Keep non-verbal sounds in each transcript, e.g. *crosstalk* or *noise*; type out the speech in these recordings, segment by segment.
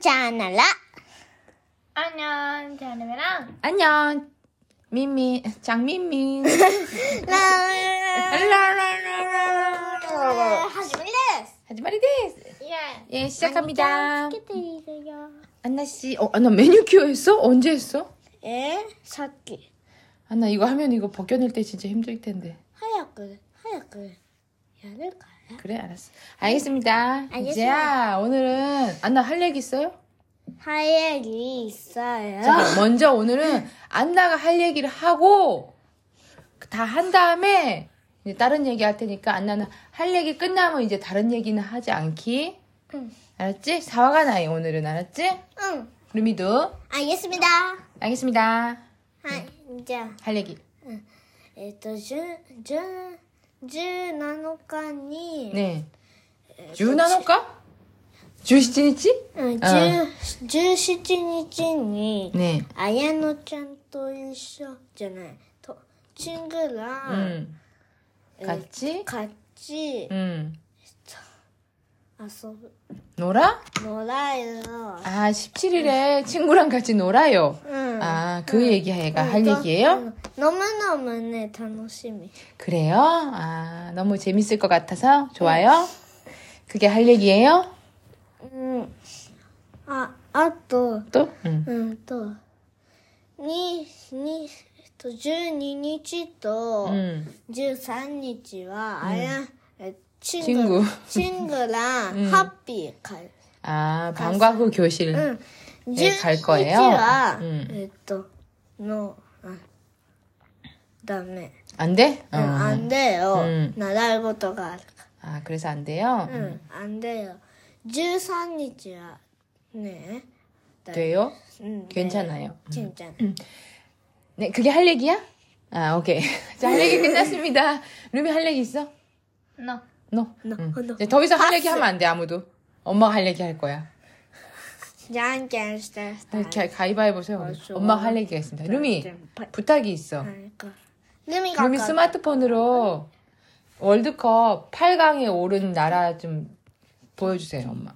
자나라 안녕, 자네랑 안녕. 민민, 장민민. *laughs* 랄랄랄랄랄. 하지말레스 하지 말이 데스. 예. 예, 시작합니다. 축하드려요 안나 씨, 어, 안나 매니큐어 했어? 언제 했어? 예? 새끼 안나 이거 하면 이거 벗겨낼 때 진짜 힘들 텐데. 하얗게 하얗게 야를 가야 그래, 알았어. 알겠습니다. 알겠습니다. 이제야 오늘은 안나 할 얘기 있어요? 하얘기 있어요 자, 먼저 오늘은 안나가 할 얘기를 하고 다 한 다음에 이제 다른 얘기 할 테니까 안나는 할 얘기 끝나면 이제 다른 얘기는 하지 않기. 응. 알았지? 사화가 나요 오늘은 알았지? 응 루미도 알겠습니다 알겠습니다. 하 이제 할 얘기. えっと、じゅ、じゅ、17日に、 네. 주나노까? 주시치니치? うん、あー10 17日に、 네. 綾乃ちゃんと一緒じゃない、と、친구랑 음. 같이 같이 음. 遊ぶ、 놀아? 놀아요 아, 17일에 친구랑 같이 놀아요. うん。 아, 그 얘기 해가 응, 할 또, 얘기예요? 응. 너무너무 네, 楽しみ。 그래요? 아, 너무 재밌을 것 같아서 좋아요. 그게 할 얘기예요? うん。あ、あと、 또? 음. うんと、に、に、と、12日と、 음. 13日は、あや、え친구 친구. 친구랑ハッピー会 아, 방과 후 교실. うん。 네, 갈 거예요? は、 음. えっと、の、あダメ。 안 돼? う 어. ん、あんだようん。習い事があるか 아, 그래서 안 돼요? 음, ら。うん、あんだよ。13日は、ねえ。 돼요? うん。 괜찮아요. ちんちゃん。 네, 그게 할 얘기야? 아, 오케이. *laughs* 자, 할 얘기 끝났습니다. 루미 할 얘기 있어? 너. 너. 너, 너. 이제 더 이상 할 얘기 하면 안 돼, 아무도. 엄마가 할 얘기 할 거야. じゃんけんして。は 이렇게 가위바위보세요. 아. 좋아. 네, 엄마가 할 얘기 있습니다. 루미, 부탁이 있어. いか。ルミが。 루미 스마트폰으로 월드컵 8강에 오른 나라 좀 보여주세요, 엄마.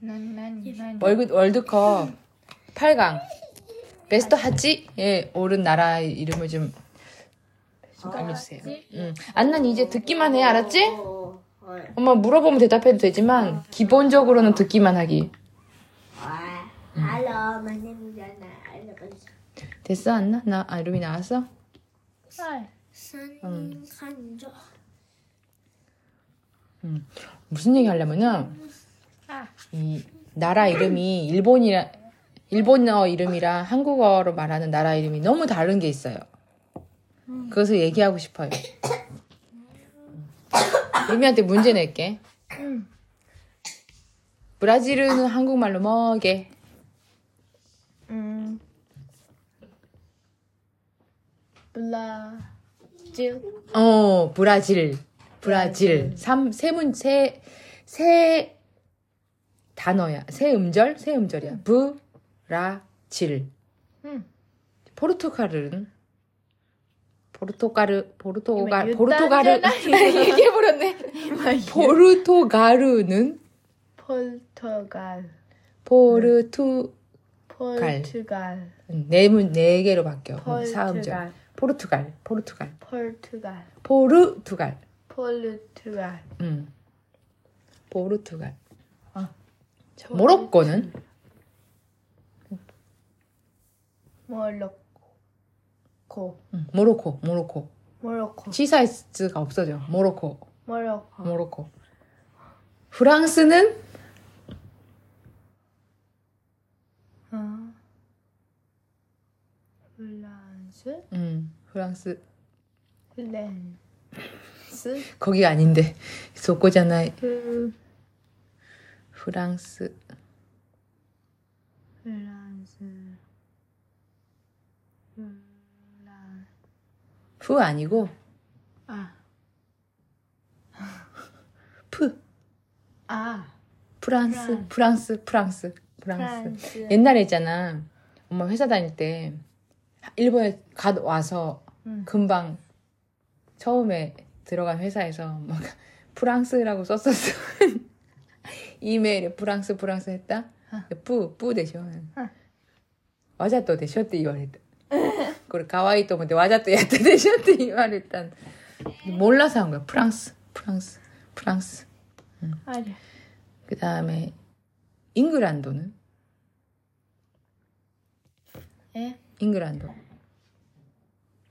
난, 난, 난. 월드, 월드컵 8강. 베스트 하찌에 오른 나라 이름을 좀, 좀 알려주세요. 응. 안난 이제 듣기만 해, 알았지? おーおい。 엄마 물어보면 대답해도 되지만 기본적으로는 듣기만 하기. Hello, my name is Anna. I live in 됐어 안나? 나 아름이 나왔어? 쌀. San Kanjo. 무슨 얘기 하려면은 아. 이 나라 이름이 일본이라 일본어 이름이랑 한국어로 말하는 나라 이름이 너무 다른 게 있어요. 그것을 얘기하고 싶어요. 루미한테 문제 낼게. 브라질은 한국말로 뭐게? 음. 블라. 질. 어, 브라질. 브라질. 삼, 세 문, 세, 세 단어야. 세 음절? 세 음절이야. 브, 라, 질. 음. 포르투갈은? 포르투가르, 포르투갈, 이거 아, 포르투갈은, *laughs* *laughs* 유단잖아, 이거. 얘기해버렸네. 아, 포르투가르는? 포르투갈. 포르투, 포르투갈. 네, 문, 네 개로 바뀌어. 사음절. 포르투갈. 포르투갈, 포르투갈. 포르투갈. 포르투갈. 포르투갈. 음. 포르투갈. 모로코는? 모로코. 코. 응, 음, 모로코, 모로코. 모로코. 치사이스가 없어져. 모로코, 아. 모로코. 모로코. 프랑스는 어. 프랑스. 음, 프랑스 프랑스. 거기가 아닌데 소코잖아. 그 프랑스 프랑스 프랑 프 아니고 아, 프 아 프랑스 프랑스 프랑스 예. 프랑스. 프랑스 옛날에 있잖아. 엄마 회사 다닐 때 일본에 가 와서 음. 금방 처음에 들어간 회사에서 *laughs* 엄마가 프랑스라고 썼었어. 이메일에 프랑스 프랑스 했다. プー、プーでしょ。んわざとでしょって言われ *laughs* た。これ可愛いと思ってわざとやったでしょって言われたの。몰라서한 거야. 프랑스, 프랑스, 프랑스. 아니. 그 다음에 잉글란드는? 에? 잉글란드.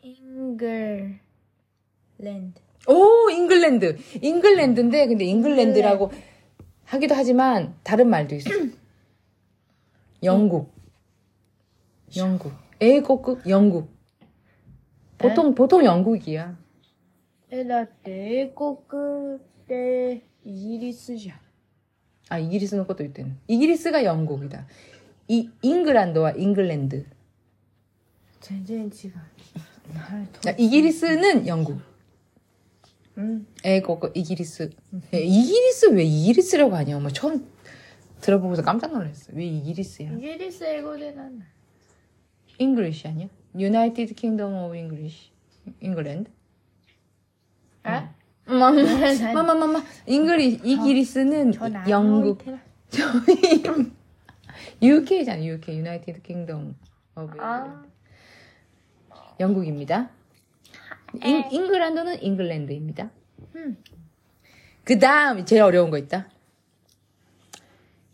잉글랜드. 오, 잉글랜드. 잉글랜드인데 근데 잉글랜드라고 하기도 하지만 다른 말도 *clears throat* 있어. 영국. 영국. 애국국 영국. 보통 보통 영국이야. 에, 나 외국 때 이리스야. 아, 이기리스는 것도 있대는. 이기리스가 영국이다. 이 잉글란드와 잉글랜드. 젠젠지가. 나를 더. 자, 이기리스는 영국. 음. 응. 에고 이기리스. 에, 이기리스 왜 이기리스라고 하냐? 엄마 처음 들어보고서 깜짝 놀랐어. 왜 이기리스야? 이리스 에고데는. 잉글리시 아니야? 유나이티드 킹덤 오브 잉글리시. 잉글랜드? 아? 마마 마마 잉글리 이기리스는 전 영국. *laughs* UK잖아. UK 유나이티드 킹덤 오브 아. 영국입니다. 잉, 잉글랜드는 잉글랜드입니다. 네. 음. 그 다음, 제일 어려운 거 있다.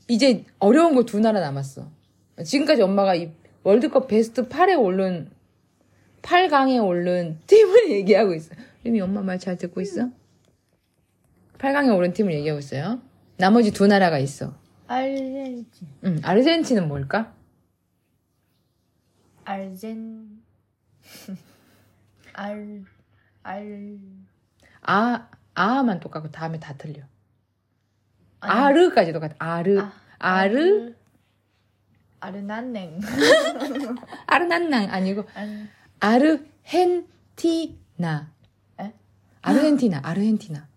이제 어려운 거 두 나라 남았어. 지금까지 엄마가 이 월드컵 베스트 8에 오른, 8강에 오른 팀을 *laughs* 얘기하고 있어. 이미 엄마 말 잘 듣고 있어? 음. 8강에 오른 팀을 얘기하고 있어요. 나머지 두 나라가 있어. 알렌지. 음, 아르헨티나는 뭘까? 알젠 알 알. 아, 아만 똑같고 다음에 다 틀려. 아르까지 똑같아. 아르, 아, 아르, 아르난냉. 아르난낭 아니고 알- 아르헨티나. 에? 아르헨티나, 아르헨티나.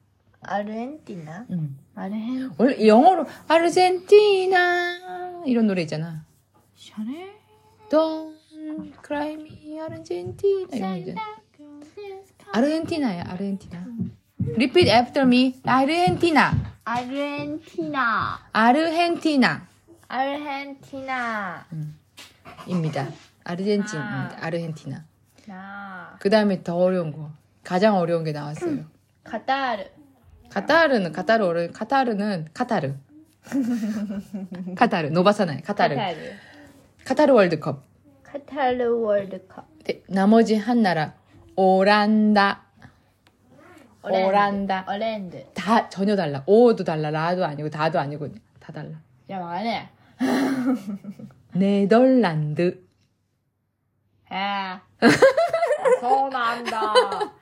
아르헨티나. 응. 아르헨. 원래 영어로 아르헨티나 이런 노래 있잖아. 샤넬. Don't cry me 아르헨티나 이런 거 있잖아. 아르헨티나야, 아르헨티나. Repeat after me. 아르헨티나. 아르헨티나. 아르헨티나. 아르헨티나. 입니다. 아르헨티나. 아르헨티나. 나. 그 다음에 더 어려운 거. 가장 어려운 게 나왔어요. 카타르. 카타르는 카타르어를 카타르는 *laughs* 카타르. 카타르 노바사나이 카타르. 카타르. 카타르 월드컵. 카타르 월드컵. 네, 나머지 한 나라 오란다. 오란다. 오랜드. 다 전혀 달라. 오도 달라. 라도 아니고 다도 아니고 다 달라. 야 망하네. 네덜란드. 에. 서운한다.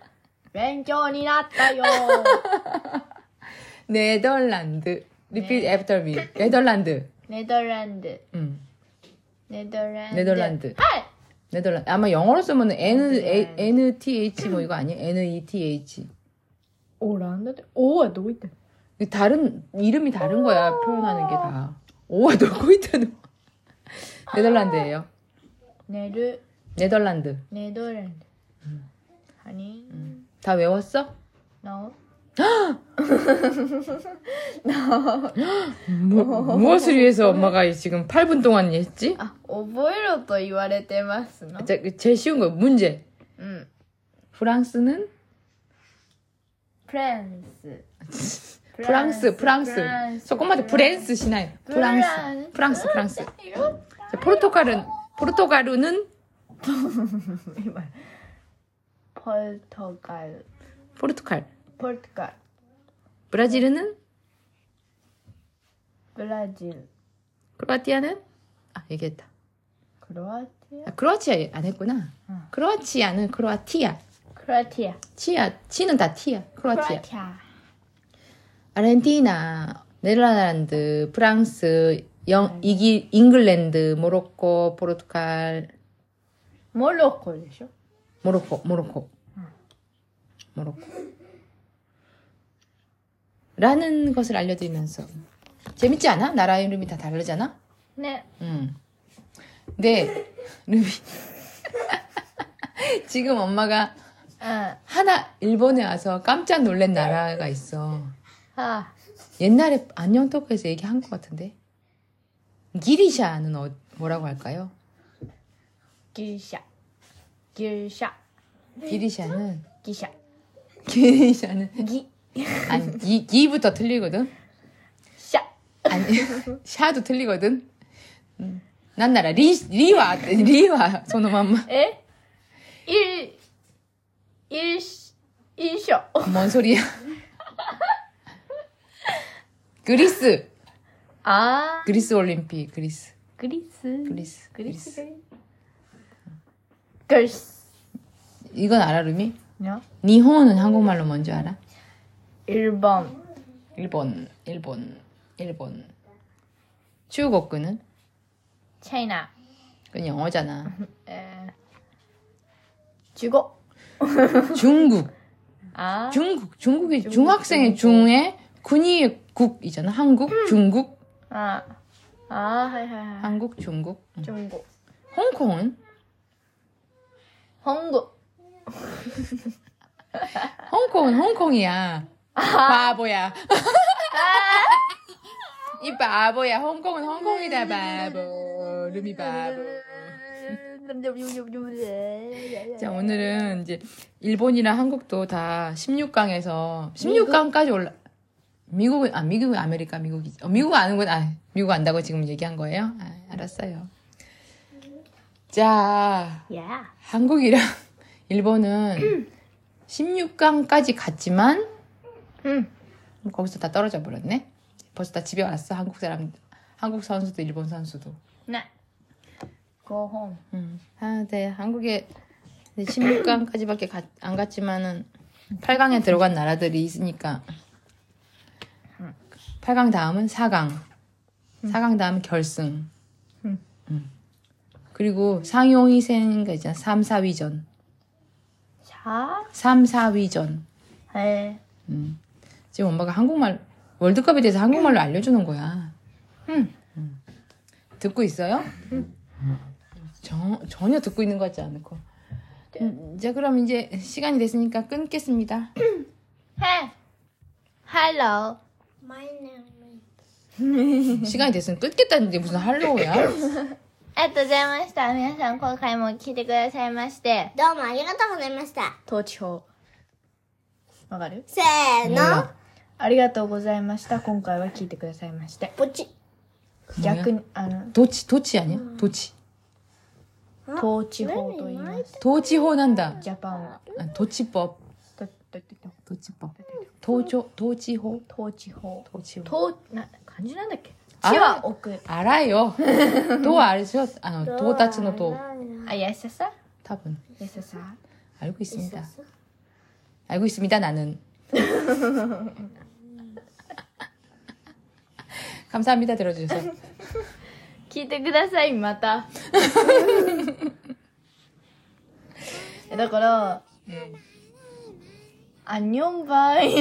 왼쪽이 났다요. 네덜란드. Repeat after me. 네덜란드. 네덜란드. 음. 네덜란드. 네덜란드. 팔. 네덜란드. 아마 영어로 네. 쓰면 N A- N T H 뭐 이거 아니에요? N E T H. 어, 오란드. 오, 누구 있다. 다른 이름이 다른 거야 표현하는 게 다. 오와 놀고 있다는. *laughs* 네덜란드예요. 네르 네덜란드. 네덜란드. 아니. 다 외웠어? 너 뭐, *laughs* 무엇을 위해서 엄마가 지금 8분 동안 했지? 覚えろと言われてますの。 자, 그 제일 쉬운 거 문제. うん。 프랑스는 プレンス。 프랑스, 프랑스. 조금만 더 프랑스 시나요? 프랑스, 프랑스, 프랑스. 자, 포르투갈은 포르투갈은 今ポルトガル。 포르투갈. ポルトガル。 브라질은 ブラジル。 크로아티아는 아 얘기했다. クロアチ 아, 크로아티아 안 했구나. 응. 크로아티아는 크로아티아. ア。クロアチア。ク 치아, 치는 다 티야. ロア 크로아티아. チア。 아르헨티나, 네덜란드, 프랑스, 영, 이기, 잉글랜드, 모로코, 포르투갈, モロッコでしょ 모로코, 모로코. 모로코. 라는 것을 알려드리면서. 재밌지 않아? 나라 이름이 다 다르잖아? ね。 응. 음. 근데, 루비. *laughs* 지금 엄마가 うん。は 하나, 일본에 와서 깜짝 놀란 나라가 있어. あ。 옛날에 안녕 토크에서 얘기한 것 같은데. 기리샤는 어- 뭐라고 할까요? 기샤. 기샤. 기리샤는 기샤. 기리샤는 기. 아니 기, 기부터 틀리거든. 샤. 아니 *laughs* 샤도 틀리거든. 음, 난 나라 리 리와 리와 소노맘마 에? 일. 일. 일쇼. 뭔 소리야? *laughs* 그리스 아. 그리스 올림픽 그리스 그리스. 그리스 그리스. 그리스. 그리스. 이건 알아 루미? 야. 니혼은 한국말로 뭔 줄 알아? 일본. 일본 일본 일본 중국어는 차이나. 그건 영어잖아. 에. 주고. 중국 Ah. 아. 중국 중국이 음. 중학생의 중에 군이 국이잖아. 한국 중국 아. 아, 하이하이. 한국 중국 응. 중국. 홍콩은 한국. 홍콩은 홍콩이야. 바보야. 아. 이 바보야. 홍콩은 홍콩이다 바보. 루미 바보. 자 오늘은 이제 일본이랑 한국도 다 16강에서 16강까지 올라. 미국은 아 미국은 아메리카 미국이지. 어, 미국 아는군. 아 미국 안다고 지금 얘기한 거예요. 아, 알았어요. 자 야. 한국이랑 *laughs* 일본은 16강까지 갔지만 음, 응. 거기서 다 떨어져 버렸네. 벌써 다 집에 왔어. 한국 사람, 한국 선수도 일본 선수도. 나. Go home. 음. 아, 네. 한국에 16강까지밖에 안 갔지만은 8강에 들어간 나라들이 있으니까 8강 다음은 4강. 4강 다음 결승. 음. 음. 그리고 상용이 생가 있잖아. 3, 4위전. 자. 3, 4위전. 에. 음. 지금 엄마가 한국말 월드컵에 대해서 한국말로 알려주는 거야. 음. 음. 듣고 있어요? 전 전혀 듣고 있는 것 같지 않고. 음, 이제 그럼 이제 시간이 됐으니까 끊겠습니다. 해. Hello. My name 시간이 됐으면 끊겠다는데 무슨 할로우야? ありがとうございました。皆さん、今回も聞いてくださいまして。どうもありがとうございました。東京。わかるせーの、 몰라. ありがとうございました。今回は聞いてくださいまして。ポチ。逆に、あの、 도치 도치 아니야? 도치 東地方と言います。 도치호 난다. ジャパンは。 아, 도치법 どどど 도치법 도조 도치호 ど東地方。 도치호 東、な、漢字なんだっけあ地は奥。 알아요. 도 알죠? 아, 도 따츠노 도 あ、やささ 답은 やささ 알고 있습니다. 알고 있습니다. *laughs* 나는. 감사합니다. 들어주셔서. 아, 聞いてください、また。 *laughs* だから、あんにょんばい。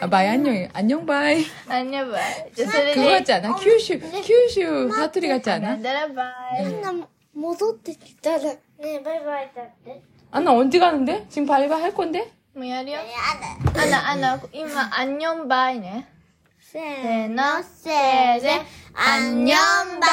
아, 바이 안녕. 안녕 바이. あんにょんばい。じゃあ、それ 그거 で、 같지 않아? 큐슈 큐슈 사투리 같지 な 않아? んだらばい。みんな戻ってきたら。ねえ、バイバイだって。 안나 언제 가는데? 지금 바이바이 할 건데? もうやるよ。やだ。あの、あの、今、あんにょんばいね。せーせーの、せせーーでで、、あんにょんばい。